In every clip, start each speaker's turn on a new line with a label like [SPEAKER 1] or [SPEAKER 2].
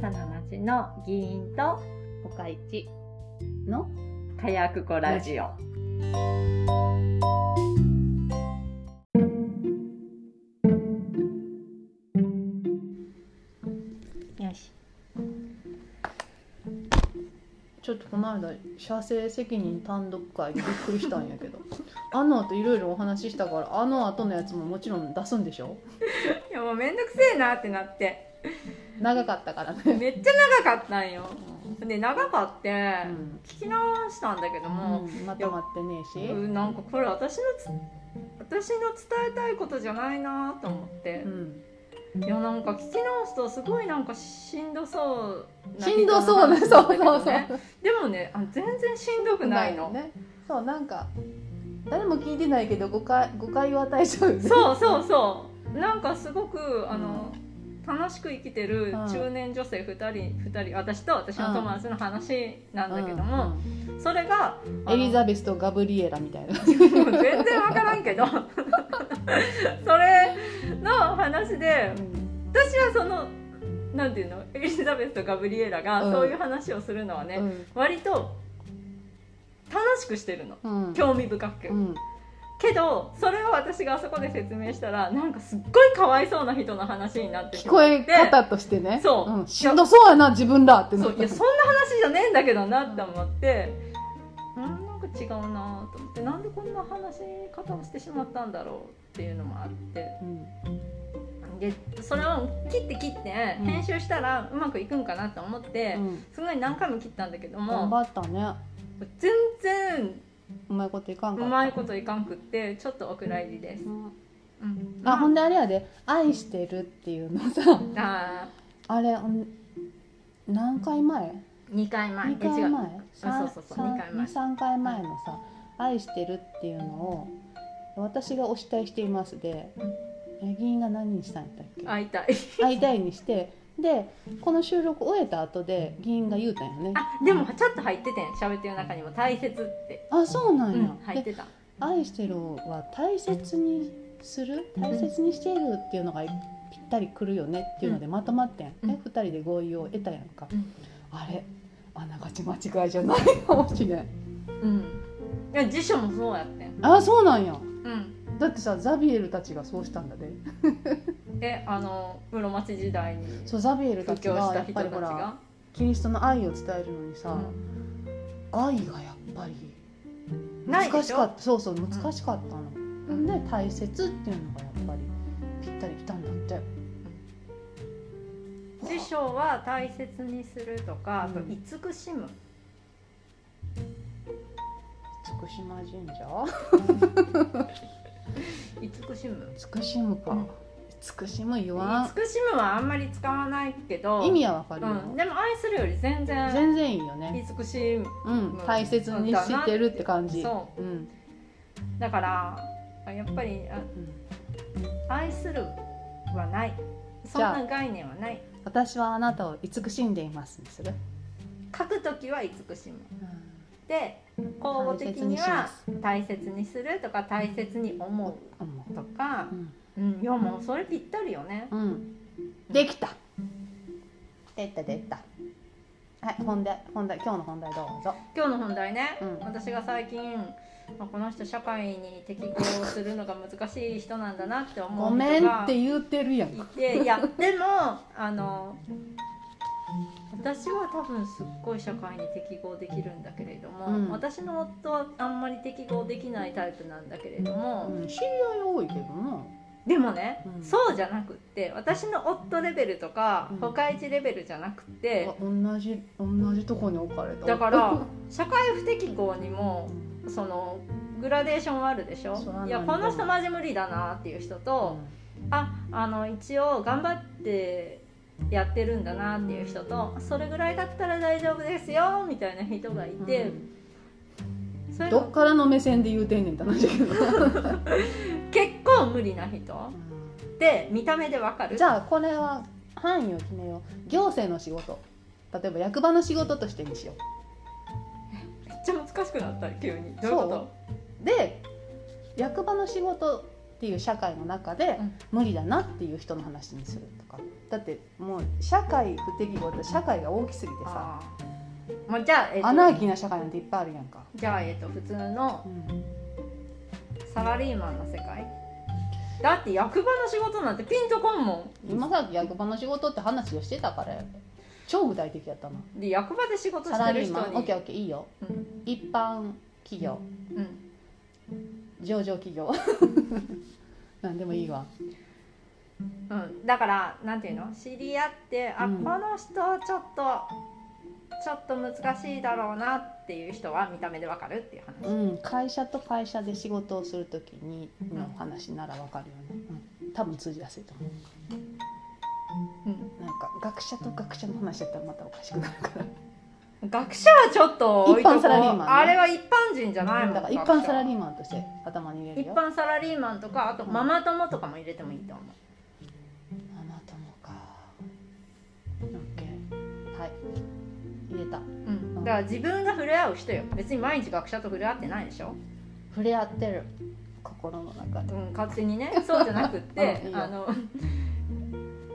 [SPEAKER 1] さな町の議員と
[SPEAKER 2] 岡市の
[SPEAKER 1] かやくこラジオ。よし。
[SPEAKER 2] ちょっとこの間社政責任単独会でびっくりしたんやけど あの後いろいろお話ししたからあの後のやつももちろん出すんでしょ
[SPEAKER 3] いやもうめんどくせえなってなって
[SPEAKER 2] 長かったからね、
[SPEAKER 3] めっちゃ長かったんよで長かって
[SPEAKER 2] うん
[SPEAKER 3] 聞き直したんだけども、
[SPEAKER 2] うんまとまってねえし、
[SPEAKER 3] うんなんかこれ私のつ私の伝えたいことじゃないなと思って
[SPEAKER 2] う、ん
[SPEAKER 3] いやなんか聞き直すとすごいなんかしんどそうな
[SPEAKER 2] しんどそうな、
[SPEAKER 3] 人
[SPEAKER 2] そう
[SPEAKER 3] の話
[SPEAKER 2] そ
[SPEAKER 3] な
[SPEAKER 2] うん
[SPEAKER 3] だけ
[SPEAKER 2] そ
[SPEAKER 3] どね
[SPEAKER 2] う
[SPEAKER 3] でもねあ全然しんどくないの、
[SPEAKER 2] ねそうなんか誰も聞いてないけど誤解誤解を与えちゃう
[SPEAKER 3] そうそうそうなんかすごくあの、楽しく生きてる中年女性2人2人私と私の友達の話なんだけども、
[SPEAKER 2] うん
[SPEAKER 3] それが
[SPEAKER 2] うん
[SPEAKER 3] あ
[SPEAKER 2] エ
[SPEAKER 3] の
[SPEAKER 2] リザベスとガブリエラみたいな
[SPEAKER 3] もう全然わからんけど それの話で私はそのなんていうのエリザベスとガブリエラ
[SPEAKER 2] うん
[SPEAKER 3] がそういう話をするのはね、
[SPEAKER 2] うん
[SPEAKER 3] 割と楽しくしてるの
[SPEAKER 2] うん
[SPEAKER 3] 興味深く、
[SPEAKER 2] うん
[SPEAKER 3] けどそれを私があそこで説明したらなんかすっごいかわいそうな人の話になって
[SPEAKER 2] 聞こえ
[SPEAKER 3] っ
[SPEAKER 2] 方としてね、
[SPEAKER 3] そうん
[SPEAKER 2] しんどそうやな自分らって
[SPEAKER 3] て
[SPEAKER 2] な
[SPEAKER 3] そ
[SPEAKER 2] っ
[SPEAKER 3] うい
[SPEAKER 2] た
[SPEAKER 3] やそんな話じゃねえんだけどなって思って、うん、なんか違うなと思ってなんでこんな話し方をしてしまったんだろうっていうのもあって
[SPEAKER 2] うん
[SPEAKER 3] でそれを切って切って
[SPEAKER 2] うん
[SPEAKER 3] 編集したらうまくいくんかなと思って、
[SPEAKER 2] うん
[SPEAKER 3] すごい何回も切ったんだけど
[SPEAKER 2] 頑
[SPEAKER 3] も
[SPEAKER 2] 張ったね
[SPEAKER 3] 全然
[SPEAKER 2] うまいこといかん
[SPEAKER 3] う
[SPEAKER 2] かった
[SPEAKER 3] まいこといかんくってちょっとお蔵入りです
[SPEAKER 2] う。ん
[SPEAKER 3] うん
[SPEAKER 2] あほんであれやで「愛してる」っていうのさ
[SPEAKER 3] あ
[SPEAKER 2] あれうん何回前
[SPEAKER 3] 2回前
[SPEAKER 2] 2回
[SPEAKER 3] え違う
[SPEAKER 2] 前
[SPEAKER 3] そうそうそう二回前
[SPEAKER 2] 3回前のさ「愛してる」っていうのを私がお慕いしていますで、え議員が何にしたんやったっけ
[SPEAKER 3] 会いたい
[SPEAKER 2] 会いたいにしてでこの収録終えた後で議員が言うたんよね
[SPEAKER 3] あでもちょっと入っててん喋ってる中にも「大切」って、
[SPEAKER 2] あそうなん
[SPEAKER 3] う
[SPEAKER 2] や、
[SPEAKER 3] ん、入っ
[SPEAKER 2] で
[SPEAKER 3] てた
[SPEAKER 2] 「愛してる」は大切にする大切にしているっていうのがぴったりくるよねっていうのでまとまってん、
[SPEAKER 3] うん
[SPEAKER 2] で2人で合意を得たやんか、
[SPEAKER 3] うん
[SPEAKER 2] あれあながち間違いじゃないかもしれん
[SPEAKER 3] うんいや辞書もそうやってん
[SPEAKER 2] あそうなんや
[SPEAKER 3] うん
[SPEAKER 2] だってさザビエルたちがそうしたんだで
[SPEAKER 3] えあの室町時代に
[SPEAKER 2] そうザビエルた
[SPEAKER 3] 布
[SPEAKER 2] ち
[SPEAKER 3] 教し
[SPEAKER 2] がや
[SPEAKER 3] た
[SPEAKER 2] っ
[SPEAKER 3] 人
[SPEAKER 2] ぱ
[SPEAKER 3] た
[SPEAKER 2] り
[SPEAKER 3] ち
[SPEAKER 2] ほら
[SPEAKER 3] が
[SPEAKER 2] キリストの愛を伝えるのにさ、
[SPEAKER 3] うん
[SPEAKER 2] 愛がやっぱり
[SPEAKER 3] ないで
[SPEAKER 2] 難
[SPEAKER 3] し
[SPEAKER 2] し
[SPEAKER 3] ょ
[SPEAKER 2] かったそうそう難しかったの、
[SPEAKER 3] うん
[SPEAKER 2] ん、で大切っていうのがやっぱりぴったりきたんだって
[SPEAKER 3] 辞書は大切にするとかあと
[SPEAKER 2] うん
[SPEAKER 3] 慈しむ、
[SPEAKER 2] 厳島神社
[SPEAKER 3] 慈しむ
[SPEAKER 2] 厳しむ
[SPEAKER 3] う
[SPEAKER 2] か
[SPEAKER 3] ん
[SPEAKER 2] 厳しむ言わん
[SPEAKER 3] 慈しむはあんまり使わないけど
[SPEAKER 2] 意味はわかるよ、
[SPEAKER 3] うん、でも愛するより全然
[SPEAKER 2] 全然いいよね
[SPEAKER 3] 慈しむ
[SPEAKER 2] うん大切にしてるって感じ
[SPEAKER 3] そ
[SPEAKER 2] うん
[SPEAKER 3] うだからあやっぱりあ
[SPEAKER 2] うん
[SPEAKER 3] 愛するはないそん
[SPEAKER 2] ゃあ
[SPEAKER 3] な概念はない
[SPEAKER 2] 私はあなたを慈しんでいますにする、
[SPEAKER 3] 書く時は慈しむで口語的には大切にするとか大切に思
[SPEAKER 2] 思
[SPEAKER 3] うとか
[SPEAKER 2] う、う、ん
[SPEAKER 3] うん、いやもうそれぴったりよね
[SPEAKER 2] うん、できたできたできたはい本題本題今日の本題どうぞ
[SPEAKER 3] 今日の本題ね、
[SPEAKER 2] うん
[SPEAKER 3] 私が最近あこの人社会に適合するのが難しい人なんだなって思
[SPEAKER 2] ご
[SPEAKER 3] う人が
[SPEAKER 2] めんって言うてるやん
[SPEAKER 3] いていやでもあの私は多分すっごい社会に適合できるんだけれども、
[SPEAKER 2] うん
[SPEAKER 3] 私の夫はあんまり適合できないタイプなんだけれども、
[SPEAKER 2] うん知り合い多いけどな
[SPEAKER 3] でもね、
[SPEAKER 2] うん
[SPEAKER 3] そうじゃなくって私の夫レベルとか
[SPEAKER 2] うん
[SPEAKER 3] 他会地レベルじゃなくって、
[SPEAKER 2] あ同じ同じとこに置かれた
[SPEAKER 3] だから社会不適合にもそのグラデーションあるでしょ
[SPEAKER 2] そらなん
[SPEAKER 3] い
[SPEAKER 2] だ
[SPEAKER 3] やこの人マジ無理だなっていう人と、ああの一応頑張ってやってるんだなっていう人とそれぐらいだったら大丈夫ですよみたいな人がい
[SPEAKER 2] うん
[SPEAKER 3] て、そういう
[SPEAKER 2] どっ
[SPEAKER 3] の
[SPEAKER 2] からの目線で言うてんねんって話だけど
[SPEAKER 3] 結構無理な人って見た目でわかる
[SPEAKER 2] じゃあこれは範囲を決めよう行政の仕事例えば役場の仕事としてにしよ
[SPEAKER 3] めっちゃ難しくなった急にどういうこ
[SPEAKER 2] そうで役場の仕事ってっていう社会の中で
[SPEAKER 3] うん
[SPEAKER 2] 無理だなっていう人の話にするとかだってもう社会不適合って社会が大きすぎてさ
[SPEAKER 3] あーもうじゃあ、えっと
[SPEAKER 2] アナーキーな社会なんていっぱいあるやんか、
[SPEAKER 3] じゃあ、えっと、普通の
[SPEAKER 2] うん
[SPEAKER 3] サラリーマンの世界だって役場の仕事なんてピンとこんも
[SPEAKER 2] 今さっき役場の仕事って話をしてたから超具体的やったなん
[SPEAKER 3] で役場で仕事
[SPEAKER 2] サ
[SPEAKER 3] して
[SPEAKER 2] ラリ
[SPEAKER 3] る
[SPEAKER 2] ー
[SPEAKER 3] 人
[SPEAKER 2] マンオッ
[SPEAKER 3] に
[SPEAKER 2] ケーオッケーいいよ
[SPEAKER 3] うん
[SPEAKER 2] 一般企業
[SPEAKER 3] うん
[SPEAKER 2] 上場企業 なんでもいいわ
[SPEAKER 3] うん、だからなんていうの知り合ってあ、
[SPEAKER 2] うん
[SPEAKER 3] この人ちょっとちょっと難しいだろうなっていう人は見た目でわかるっていう話、
[SPEAKER 2] うん、会社と会社で仕事をするときにの話ならわかるよね、うん、多分通じやすいと思うなんか学者と学者の話だったらまたおかしくなるから
[SPEAKER 3] うん、学者はちょっと置いとこ
[SPEAKER 2] 一般サラリーマンね
[SPEAKER 3] あれは一般人じゃないもん
[SPEAKER 2] だから一般サラリー
[SPEAKER 3] マ
[SPEAKER 2] マンとして頭に入れる
[SPEAKER 3] 一
[SPEAKER 2] よ
[SPEAKER 3] 般サラリーマンとかあとママ友とかも入れてもいいと思う
[SPEAKER 2] ママ友かオッケーはい入れた
[SPEAKER 3] うん、だから自分が触れ合う人よ別に毎日学者と触れ合ってないでしょ、
[SPEAKER 2] 触れ合ってる心の中で
[SPEAKER 3] うん、勝手に ねそうじゃなくって
[SPEAKER 2] うんいいよ
[SPEAKER 3] あの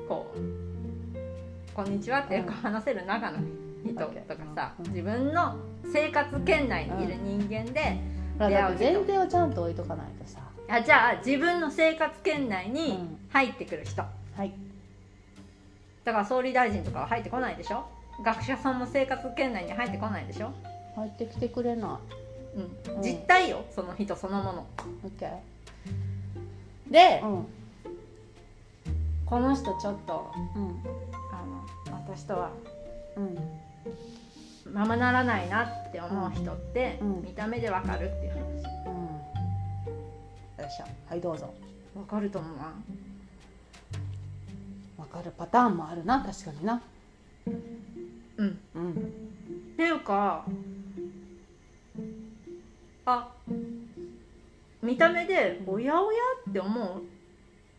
[SPEAKER 3] こう「こんにちは」ってこう話せる中の人とかさ、
[SPEAKER 2] うん
[SPEAKER 3] 自分の生活圏内にいる人間で、
[SPEAKER 2] ほらだって前提をちゃんと置いとかないとさ
[SPEAKER 3] あじゃあ自分の生活圏内
[SPEAKER 2] う
[SPEAKER 3] に
[SPEAKER 2] ん
[SPEAKER 3] 入ってくる人、
[SPEAKER 2] はい
[SPEAKER 3] だから総理大臣とかは入ってこないでしょ学者さんも生活圏内に入ってこないでしょ、
[SPEAKER 2] 入ってきてくれな
[SPEAKER 3] うん
[SPEAKER 2] うん
[SPEAKER 3] 実態よその人そのもの
[SPEAKER 2] いオッケー
[SPEAKER 3] で、
[SPEAKER 2] うん
[SPEAKER 3] この人ちょっと
[SPEAKER 2] うん
[SPEAKER 3] あの私とは
[SPEAKER 2] うん
[SPEAKER 3] ままならないなって思う人って、
[SPEAKER 2] うん
[SPEAKER 3] 見た目でわかるっていう話
[SPEAKER 2] うんよいしょはいどうぞ
[SPEAKER 3] わかると思うな
[SPEAKER 2] わかるパターンもあるな確かにな
[SPEAKER 3] うん
[SPEAKER 2] うん
[SPEAKER 3] っていうかあ見た目でおやおやって思う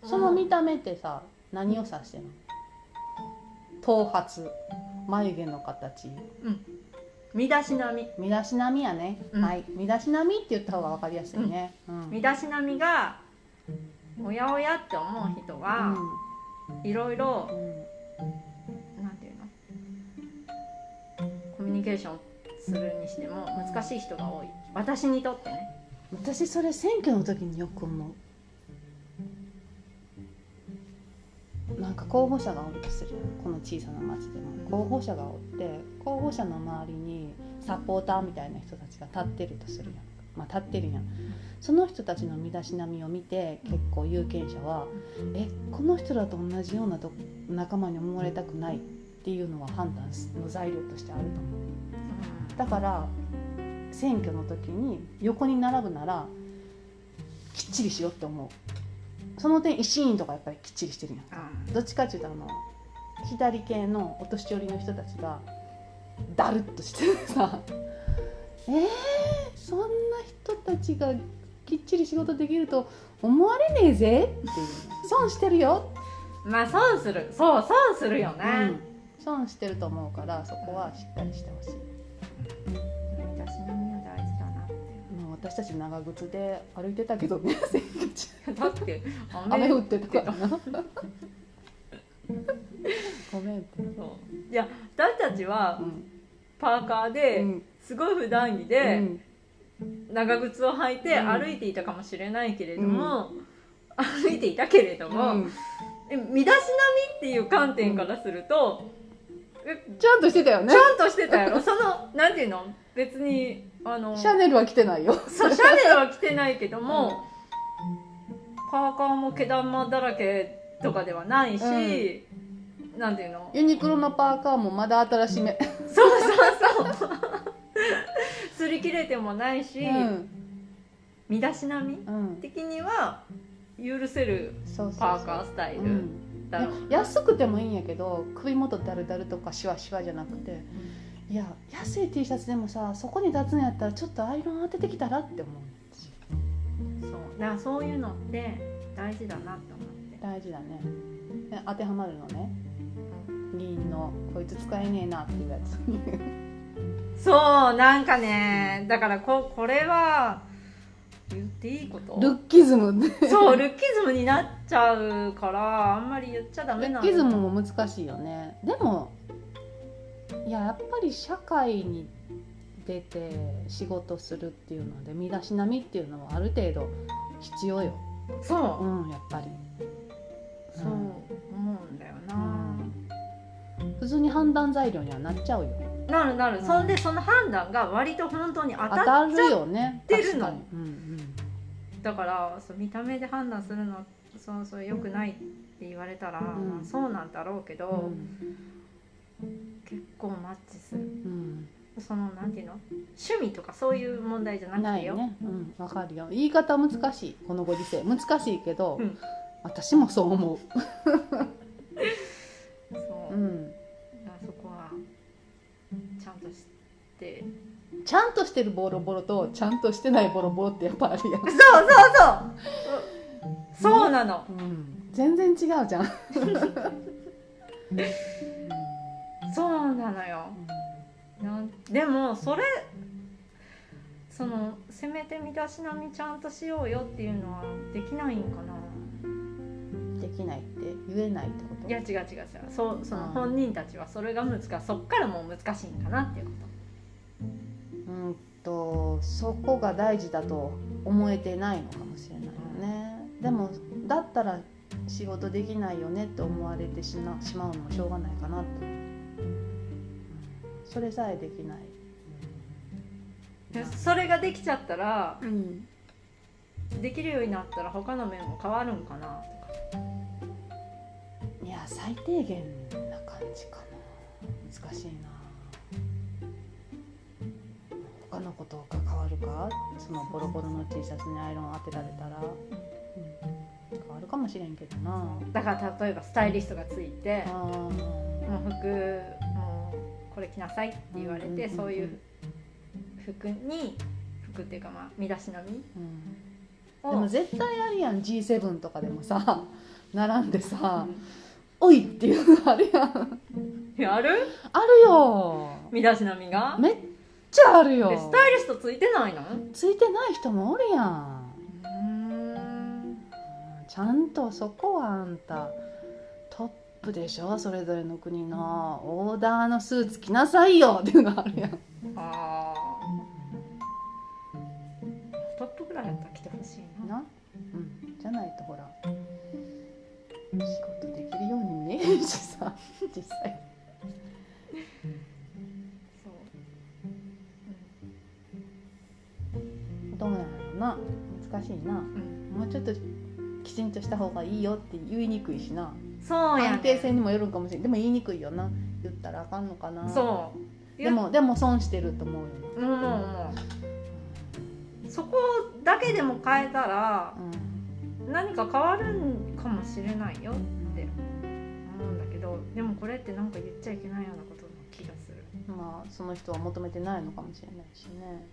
[SPEAKER 2] その見た目ってさ何を指してんの頭髪眉毛の形
[SPEAKER 3] 身だしなみ
[SPEAKER 2] 身だしなみやね、
[SPEAKER 3] うん
[SPEAKER 2] はい身だしなみって言った方がわかりやすいねうん
[SPEAKER 3] 身だしなみがおやおやって思う人は、いろいろ
[SPEAKER 2] うんうん
[SPEAKER 3] なんていうのコミュニケーションするにしても難しい人が多い私にとってね
[SPEAKER 2] 私それ選挙の時によく思うなんか候補者がおるとするやんこの小さな町でも候補者がおって候補者の周りにサポーターみたいな人たちが立ってるとするやんまあ立ってるやんその人たちの身だしなみを見て結構有権者はえこの人らと同じようなと仲間に思われたくないっていうのは判断の材料としてあると思う。だから選挙の時に横に並ぶならきっちりしようって思うその点維新とかやっぱりきっちりしてるやん
[SPEAKER 3] う
[SPEAKER 2] どっちかっていうとあの左系のお年寄りの人たちがだるっとしてるさ えー、そんな人たちがきっちり仕事できると思われねえぜっていう損してるよ
[SPEAKER 3] んまあ損するそう損するよね、
[SPEAKER 2] うん、損してると思うからそこはしっかりしてほしい
[SPEAKER 3] 身だしなみは大事だなっ
[SPEAKER 2] もう私たち長靴で歩いてたけどね選挙中
[SPEAKER 3] ていうだって
[SPEAKER 2] 雨
[SPEAKER 3] 雨
[SPEAKER 2] 降ってたからなごめんって、
[SPEAKER 3] そういや私たちは
[SPEAKER 2] うん
[SPEAKER 3] パーカー
[SPEAKER 2] う
[SPEAKER 3] で
[SPEAKER 2] ん
[SPEAKER 3] すごい普段着
[SPEAKER 2] う
[SPEAKER 3] で
[SPEAKER 2] ん
[SPEAKER 3] 長靴を履いて
[SPEAKER 2] うん
[SPEAKER 3] 歩いていたかもしれないけれども、歩いていたけれども、
[SPEAKER 2] うん
[SPEAKER 3] え身だしなみっていう観点からすると、え
[SPEAKER 2] ちゃんとしてたよね
[SPEAKER 3] ちゃんとしてたやろそ のなんていうの別にあの
[SPEAKER 2] シャネルは来てないよ
[SPEAKER 3] そうシャネルは着てないけども、パーカーも毛玉だらけとかではないし、なんていうの
[SPEAKER 2] ユニクロのパーカーもまだ新しめ、
[SPEAKER 3] そうそうそう擦り切れてもないし、
[SPEAKER 2] うん
[SPEAKER 3] 身だしなみ
[SPEAKER 2] うん、
[SPEAKER 3] 的には許せる
[SPEAKER 2] そうそうそう
[SPEAKER 3] パーカースタイ
[SPEAKER 2] う
[SPEAKER 3] ル
[SPEAKER 2] ん、
[SPEAKER 3] だろう、
[SPEAKER 2] いや安くてもいいんやけど首元ダルダルとかシワシワじゃなくていや安い T シャツでもさそこに立つんやったらちょっとアイロン当ててきたらって思う
[SPEAKER 3] そうだからそういうのって大事だなって思って。
[SPEAKER 2] 大事だねね当てはまるのね議員のこいつ使えねえなっていうやつ
[SPEAKER 3] そうなんかねだからここれは言っていいこと
[SPEAKER 2] ルッキズムね
[SPEAKER 3] そうルッキズムになっちゃうからあんまり言っちゃダ
[SPEAKER 2] ル
[SPEAKER 3] メな
[SPEAKER 2] ッ
[SPEAKER 3] の
[SPEAKER 2] キズムも難しいよねでもいややっぱり社会に出て仕事するっていうので身だしなみっていうのはある程度必要よ
[SPEAKER 3] そう
[SPEAKER 2] う、んやっぱり、
[SPEAKER 3] そう思うんだよ
[SPEAKER 2] う
[SPEAKER 3] な、
[SPEAKER 2] ん、普通に判断材料にはなっちゃうよ
[SPEAKER 3] なるなる、
[SPEAKER 2] うん
[SPEAKER 3] そんでその判断が割と本当に当
[SPEAKER 2] 当
[SPEAKER 3] たっ
[SPEAKER 2] たるよね
[SPEAKER 3] 当たっちゃってるの
[SPEAKER 2] 確かにうんうん
[SPEAKER 3] だからそう見た目で判断するのそうそうよくないって言われたら、
[SPEAKER 2] ん
[SPEAKER 3] まあそうなんだろうけど、
[SPEAKER 2] うん
[SPEAKER 3] 結構マッチする
[SPEAKER 2] うん
[SPEAKER 3] そのなんていうの趣味とかそういう問題じゃな
[SPEAKER 2] な
[SPEAKER 3] くて
[SPEAKER 2] い
[SPEAKER 3] よ、
[SPEAKER 2] ね、うん、わかるよ言い方難しいこのご時世難しいけど、
[SPEAKER 3] うん
[SPEAKER 2] 私もそう思、
[SPEAKER 3] そうう、
[SPEAKER 2] うん、
[SPEAKER 3] だからそこはちゃんとして
[SPEAKER 2] ちゃんとしてるボロボロとちゃんとしてないボロボロってやっぱあるやん、
[SPEAKER 3] そうそうそうそうなの
[SPEAKER 2] うん、全然違うじゃん、うん
[SPEAKER 3] そうなのよなんでもそれそのせめて身だしなみちゃんとしようよっていうのはできないんかな
[SPEAKER 2] できないって言えないってこと
[SPEAKER 3] いや違う違う違うそうその
[SPEAKER 2] うん
[SPEAKER 3] 本人たちはそれが難しいそっからもう難しいんかなっていうこ
[SPEAKER 2] うんとそこが大事だと思えてないのかもしれないよねでもだったら仕事できないよねって思われてしなしまうのもしょうがないかなとそれさえできない、
[SPEAKER 3] とでそれができちゃったら
[SPEAKER 2] うん、
[SPEAKER 3] できるようになったら他の面も変わるんかなとか
[SPEAKER 2] いや最低限な感じかな難しいな他のことが変わるかそのボロボロの T シャツにアイロン当てられたら、うん変わるかもしれんけどな
[SPEAKER 3] だから例えばスタイリストがついて
[SPEAKER 2] あー
[SPEAKER 3] もう服もうこれ着なさいって言われ
[SPEAKER 2] うんうんうんう
[SPEAKER 3] て
[SPEAKER 2] ん
[SPEAKER 3] そういう服に服っていうかまあ身だしなみ
[SPEAKER 2] うんでも
[SPEAKER 3] を
[SPEAKER 2] 絶対あるやん G7 とかでもさ並んでさ
[SPEAKER 3] うん
[SPEAKER 2] 「おい!」っていうのあるやん
[SPEAKER 3] やる
[SPEAKER 2] あるよ
[SPEAKER 3] 身だしなみが
[SPEAKER 2] めっちゃある
[SPEAKER 3] で
[SPEAKER 2] よ
[SPEAKER 3] スタイリストついてないの
[SPEAKER 2] ついてない人もおるやんちゃんとそこはあんたトップでしょそれぞれの国のオーダーのスーツ着なさいよっていうのあるやん
[SPEAKER 3] あートップぐらいやったら来てほしいな
[SPEAKER 2] な、うん、じゃないとほら仕事できるように見えへんしさ実際
[SPEAKER 3] そう、
[SPEAKER 2] どうなのな難しいな
[SPEAKER 3] うんうん
[SPEAKER 2] もうちょっときちんとした方がいいよって言いにくいしな
[SPEAKER 3] そうや
[SPEAKER 2] 安定性
[SPEAKER 3] ね
[SPEAKER 2] にもよるんかもしれないでも言いにくいよな言ったらあかんのかな
[SPEAKER 3] そう
[SPEAKER 2] でもでも損してると思うよ
[SPEAKER 3] もうもうもうそこだけでも変えたら
[SPEAKER 2] な、
[SPEAKER 3] 何か変わるんかもしれないよって思うんだけどでもこれってなんか言っちゃいけないようなことの気がする、
[SPEAKER 2] うん、まあその人は求めてないのかもしれないしね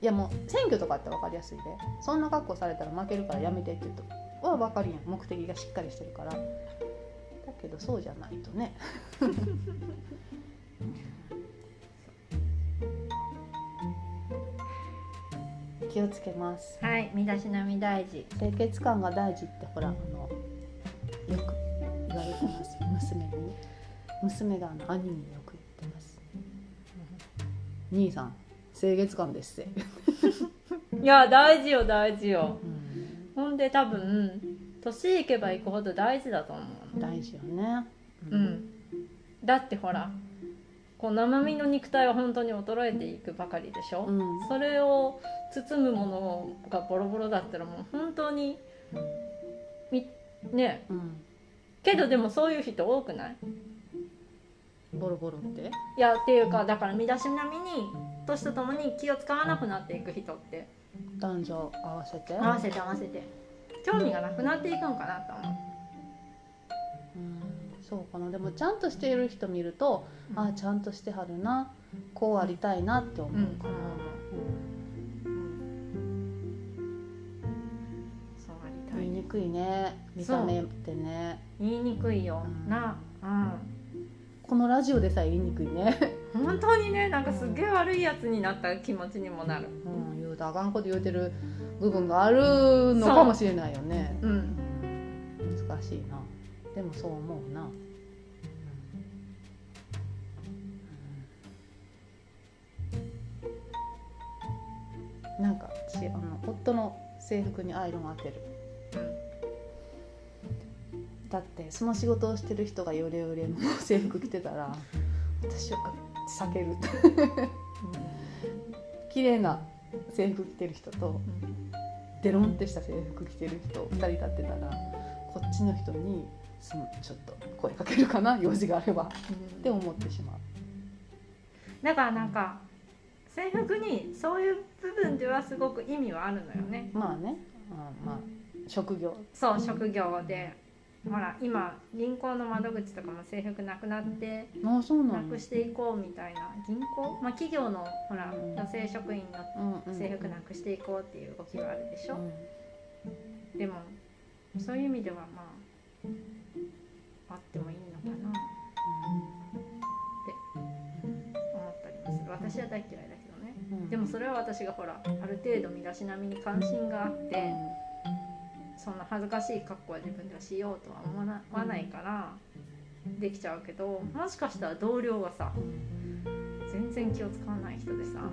[SPEAKER 2] いやもう選挙とかあったら分かりやすいでそんな格好されたら負けるからやめてって言うとは分かるやん目的がしっかりしてるからだけどそうじゃないとね気をつけます
[SPEAKER 3] はい身だしなみ大事
[SPEAKER 2] 清潔感が大事ってほらあのよく言われてますよ 娘に娘があの兄によく言ってます「兄さん清潔感ですって
[SPEAKER 3] いや大事よ大事よほんで多分年いけばいくほど大事だと思うの
[SPEAKER 2] 大事よねう
[SPEAKER 3] う、んだってほらこう生身の肉体は本当に衰えていくばかりでしょ、
[SPEAKER 2] うん
[SPEAKER 3] それを包むものがボロボロだったらもう本当にみね
[SPEAKER 2] うん、
[SPEAKER 3] けどでもそういう人多くない
[SPEAKER 2] ボロボロって
[SPEAKER 3] いやっていうかだから身だしなみに年とともに気を使わなくなっていく人って
[SPEAKER 2] 男女合わせて
[SPEAKER 3] 合わせて合わせて興味がなくなっていくんかなと思
[SPEAKER 2] うんそうかなでもちゃんとしている人見ると、
[SPEAKER 3] う
[SPEAKER 2] ああちゃんとしてはるなこうありたいなって思
[SPEAKER 3] うん
[SPEAKER 2] うかな、
[SPEAKER 3] そうありた
[SPEAKER 2] 言
[SPEAKER 3] い
[SPEAKER 2] いにくいね見た目ってね
[SPEAKER 3] 言いにくいよ
[SPEAKER 2] うん
[SPEAKER 3] なうん
[SPEAKER 2] このラジオでさえ言いにくいね、
[SPEAKER 3] 本当にねなんかすげえ悪いやつになった気持ちにもなる
[SPEAKER 2] うん、言うとあかんこと言うてる部分があるのかもしれないよね
[SPEAKER 3] うん
[SPEAKER 2] 難しいなでもそう思うな、うんうんなんかしあの夫の制服にアイロン当てるだってその仕事をしてる人がヨレヨレの制服着てたら私は避ける 綺麗な制服着てる人とデロンってした制服着てる人2人立ってたらこっちの人にそのちょっと声かけるか な用事があればって
[SPEAKER 3] でも
[SPEAKER 2] 思ってしまう。
[SPEAKER 3] だからなんか制服にそういう部分ではすごく意味はあるのよね
[SPEAKER 2] まあね、うん、まあ職業
[SPEAKER 3] そう職業でほら今銀行の窓口とかも制服なくなって
[SPEAKER 2] あそうな
[SPEAKER 3] な
[SPEAKER 2] の
[SPEAKER 3] くしていこうみたいな銀行、まあ、企業のほら
[SPEAKER 2] うん
[SPEAKER 3] 女性職員
[SPEAKER 2] うんう
[SPEAKER 3] の
[SPEAKER 2] ん
[SPEAKER 3] 制服なくしていこうっていう動きはあるでし
[SPEAKER 2] う
[SPEAKER 3] ょ
[SPEAKER 2] ん
[SPEAKER 3] でもそういう意味ではまああってもいいのかなと思ったりもする私は大嫌いだけどね
[SPEAKER 2] うん
[SPEAKER 3] でもそれは私がほらある程度身だしなみに関心があってそんな恥ずかしい格好は自分ではしようとは思わないからできちゃうけどもしかしたら同僚がさ全然気を使わない人でさなん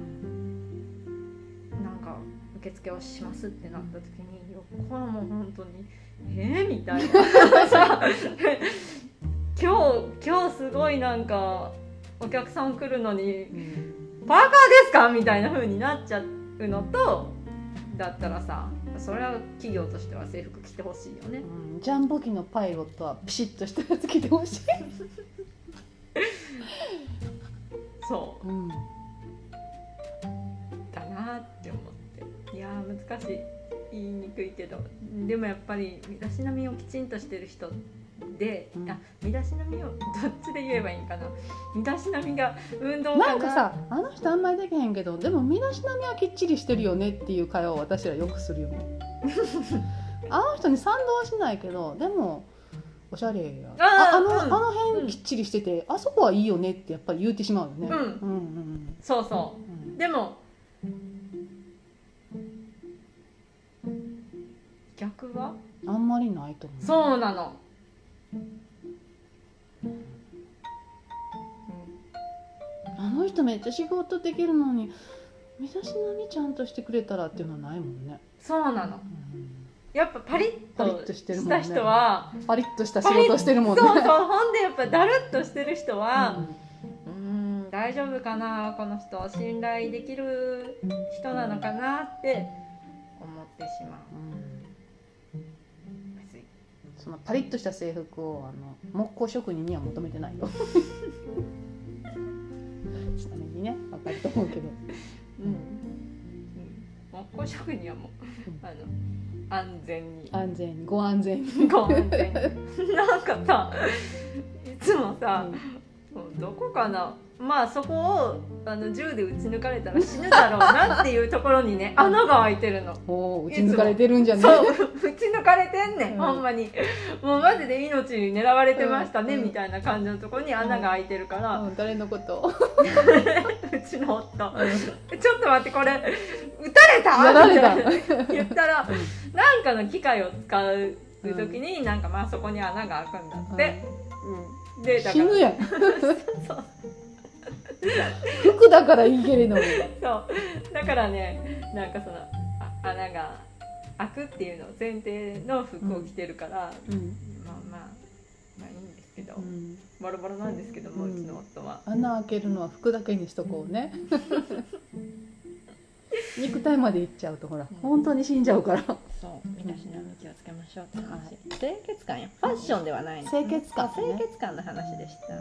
[SPEAKER 3] か受付をしますってなった時に横はもう本当に「えーみたいな さ今日今日すごいなんかお客さん来るのに
[SPEAKER 2] うん
[SPEAKER 3] パーカーですかみたいな風になっちゃうのとだったらさそれは企業としては制服着てほしいよね
[SPEAKER 2] うんジャンボ機のパイロットはピシッとしたやつ着てほしい、
[SPEAKER 3] そ
[SPEAKER 2] うん、
[SPEAKER 3] うだなって思っていやー難しい言いにくいけどでもやっぱり身だしなみをきちんとしてる人で、
[SPEAKER 2] うん
[SPEAKER 3] あ身だしなみをどっちで言えばいいんかな身だしなみが運動
[SPEAKER 2] なんかさあの人あんまりできへんけどでも身だしなみはきっちりしてるよねっていう会話を私らよくするよねあの人に賛同しないけどでもおしゃれやあ
[SPEAKER 3] あー
[SPEAKER 2] あの,、
[SPEAKER 3] うん
[SPEAKER 2] あの辺きっちりしてて、あそこはいいよねってやっぱり言うてしまうよね、
[SPEAKER 3] うん
[SPEAKER 2] うんうん
[SPEAKER 3] そうそ
[SPEAKER 2] うん
[SPEAKER 3] うでも逆は
[SPEAKER 2] あんまりないと思う
[SPEAKER 3] そうなの。
[SPEAKER 2] あの人めっちゃ仕事できるのに身だしなみちゃんとしてくれたらっていうのはないもんね、
[SPEAKER 3] そうなの。やっぱパリッ
[SPEAKER 2] パリッ
[SPEAKER 3] と
[SPEAKER 2] としてるも
[SPEAKER 3] し
[SPEAKER 2] んね
[SPEAKER 3] た人は、
[SPEAKER 2] うんパリッとした仕事をしてるもんね
[SPEAKER 3] そうそう。ほんでやっぱだるっとしてる 人
[SPEAKER 2] う
[SPEAKER 3] は、
[SPEAKER 2] ん
[SPEAKER 3] うーん大丈夫かなこの人信頼できる人なのかなって思ってしま
[SPEAKER 2] うん
[SPEAKER 3] う。むずい
[SPEAKER 2] そのパリッとした制服をあの木工職人には求めてないよちなみにね分かると思うけど
[SPEAKER 3] うん。うん木工職人はもう
[SPEAKER 2] うん
[SPEAKER 3] あの安全に。
[SPEAKER 2] 安全にご安全に、
[SPEAKER 3] ごめんねなんかさいつもさ、どこかなまあそこをあの銃で撃ち抜かれたら死ぬだろうなっていうところにね穴が開いてるの
[SPEAKER 2] おお打ち抜かれてるんじゃない
[SPEAKER 3] そう撃ち抜かれてんねん、
[SPEAKER 2] うん
[SPEAKER 3] ほんまにもうマジで命に狙われてましたね、
[SPEAKER 2] うん
[SPEAKER 3] みたいな感じのところに穴が開いてるから、
[SPEAKER 2] うん誰のこと
[SPEAKER 3] うちの夫ちょっと待ってこれ撃たれた
[SPEAKER 2] やられた
[SPEAKER 3] みたいな言ったらなんかの機械を使う時に、なんかまあそこに穴が開くんだって、うん、データ
[SPEAKER 2] 死ぬやん
[SPEAKER 3] そう
[SPEAKER 2] 服だからいいけれども
[SPEAKER 3] そうだからねなんかそのあ穴が開くっていうのを前提の服を着てるから、
[SPEAKER 2] うん、
[SPEAKER 3] まあまあまあいいんですけど、
[SPEAKER 2] うん、
[SPEAKER 3] ボロボロなんですけども、
[SPEAKER 2] う
[SPEAKER 3] う
[SPEAKER 2] ん
[SPEAKER 3] ちの夫は
[SPEAKER 2] 穴開けるのは服だけにしとこう ね肉体までいっちゃうとほら本当に死んじゃうから
[SPEAKER 3] そう身
[SPEAKER 2] だしな
[SPEAKER 3] み気をつけましょうって
[SPEAKER 2] 話
[SPEAKER 3] 清潔感やファッションではない
[SPEAKER 2] 清潔感ね
[SPEAKER 3] 潔感の話でした